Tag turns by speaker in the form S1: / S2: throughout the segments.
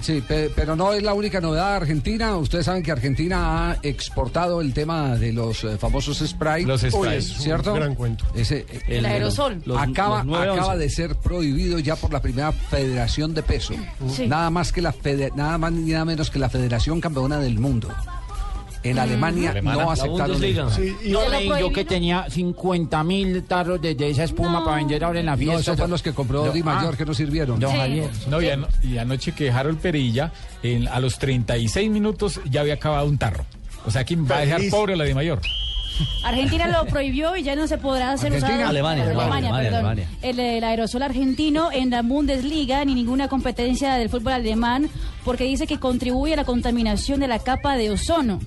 S1: Sí, pe- pero no es la única novedad de Argentina. Ustedes saben que Argentina ha exportado el tema de los eh, famosos spray.
S2: Los Uy, spray.
S3: es un
S1: ¿cierto?
S3: gran cuento.
S1: Ese, eh,
S2: El
S4: aerosol.
S2: los-
S1: acaba
S2: los 9-11.
S1: acaba de ser prohibido ya por la primera Federación de Peso.
S4: Sí.
S1: Nada más que la fede- nada más ni nada menos que la Federación Campeona del Mundo.
S4: Mm.
S1: En Alemania
S2: Alemana.
S1: no
S2: La
S1: aceptaron.
S2: Bundesliga.
S1: el-
S3: Sí, y
S4: No,
S3: ahora-
S4: la-
S5: Yo que
S4: prohibieron?
S5: tenía 50 mil tarros de, de esa espuma para vender ahora en la
S1: No,
S5: fiesta.
S1: esos fueron los que compró
S5: No,
S1: Di Mayor
S5: ah,
S1: que no sirvieron.
S5: Don
S4: Sí.
S5: Javier.
S2: No, y, ano- y anoche que Harold Perilla, en- a los 36 minutos, ya había acabado un tarro. O sea, que va a dejar
S3: Feliz.
S2: pobre a la de mayor.
S4: Argentina lo prohibió y ya no se podrá hacer
S1: Argentina,
S4: usado.
S6: Alemania, Alemania,
S4: perdón.
S6: Alemania.
S4: El, el aerosol argentino en la Bundesliga ni ninguna competencia del fútbol alemán porque dice que contribuye a la contaminación de la capa de ozono.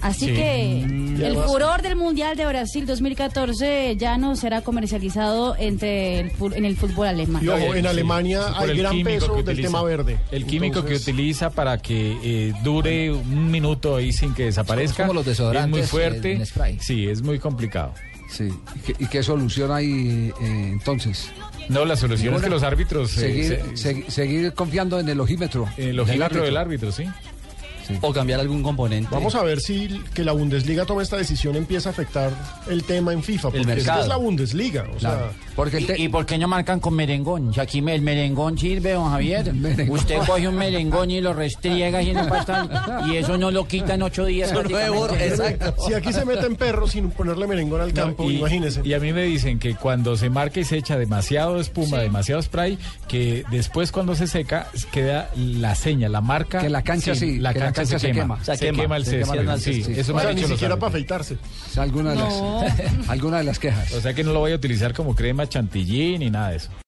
S4: Así
S2: Sí.
S4: que el
S3: además-
S4: furor del Mundial de Brasil 2014 ya no será comercializado entre el fu- en el fútbol alemán.
S3: Y ojo, en
S2: Sí,
S3: Alemania
S2: sí, por
S3: hay
S2: el
S3: gran
S2: químico
S3: peso
S2: que
S3: del
S2: utiliza.
S3: tema verde.
S2: El químico
S3: Entonces,
S2: que utiliza para que eh, dure un minuto ahí sin que desaparezca.
S1: como los desodorantes,
S2: Es muy
S1: eh,
S2: fuerte.
S1: en spray.
S2: Sí, es muy complicado.
S1: Sí. ¿Y qué, y qué solución hay eh, entonces?
S2: No, la solución es que los árbitros. eh,
S1: Seguir,
S2: se- eh,
S1: segui- seguir confiando en el ojímetro.
S2: en el ojímetro del árbitro, sí.
S6: O cambiar algún componente.
S3: Vamos a ver si que la Bundesliga tome esta decisión empieza a afectar el tema en FIFA, porque es que
S6: mercado.
S3: es la Bundesliga, o
S1: Claro,
S3: sea,
S1: Porque el te-
S5: ¿Y, y por qué no marcan con merengón? Si aquí me- el merengón sirve, don Javier.
S1: Merengón.
S5: Usted coge un merengón y lo restriega y, no pasa- y eso no lo quita en ocho días.
S6: Eso no es burro,
S5: prácticamente.
S6: exacto.
S3: si aquí se meten perros sin ponerle merengón al campo,
S2: No, y,
S3: imagínense.
S2: y a mí me dicen que cuando se marca y se echa demasiado espuma, demasiado spray, que después cuando se seca queda la seña, la marca.
S1: Que la cancha
S2: sin-
S1: sí,
S2: la
S1: que la
S2: cancha, se, quema.
S6: Se quema,
S2: el
S6: se
S2: césped.
S6: quema el
S2: sí,
S6: césped.
S2: eso
S3: o
S2: me
S3: sea,
S2: han
S3: ni
S2: dicho los
S3: siquiera para
S2: árbitros.
S3: afeitarse.
S1: es alguna de, las, alguna de las quejas.
S2: O sea que no lo voy a utilizar como crema chantilly ni nada de eso.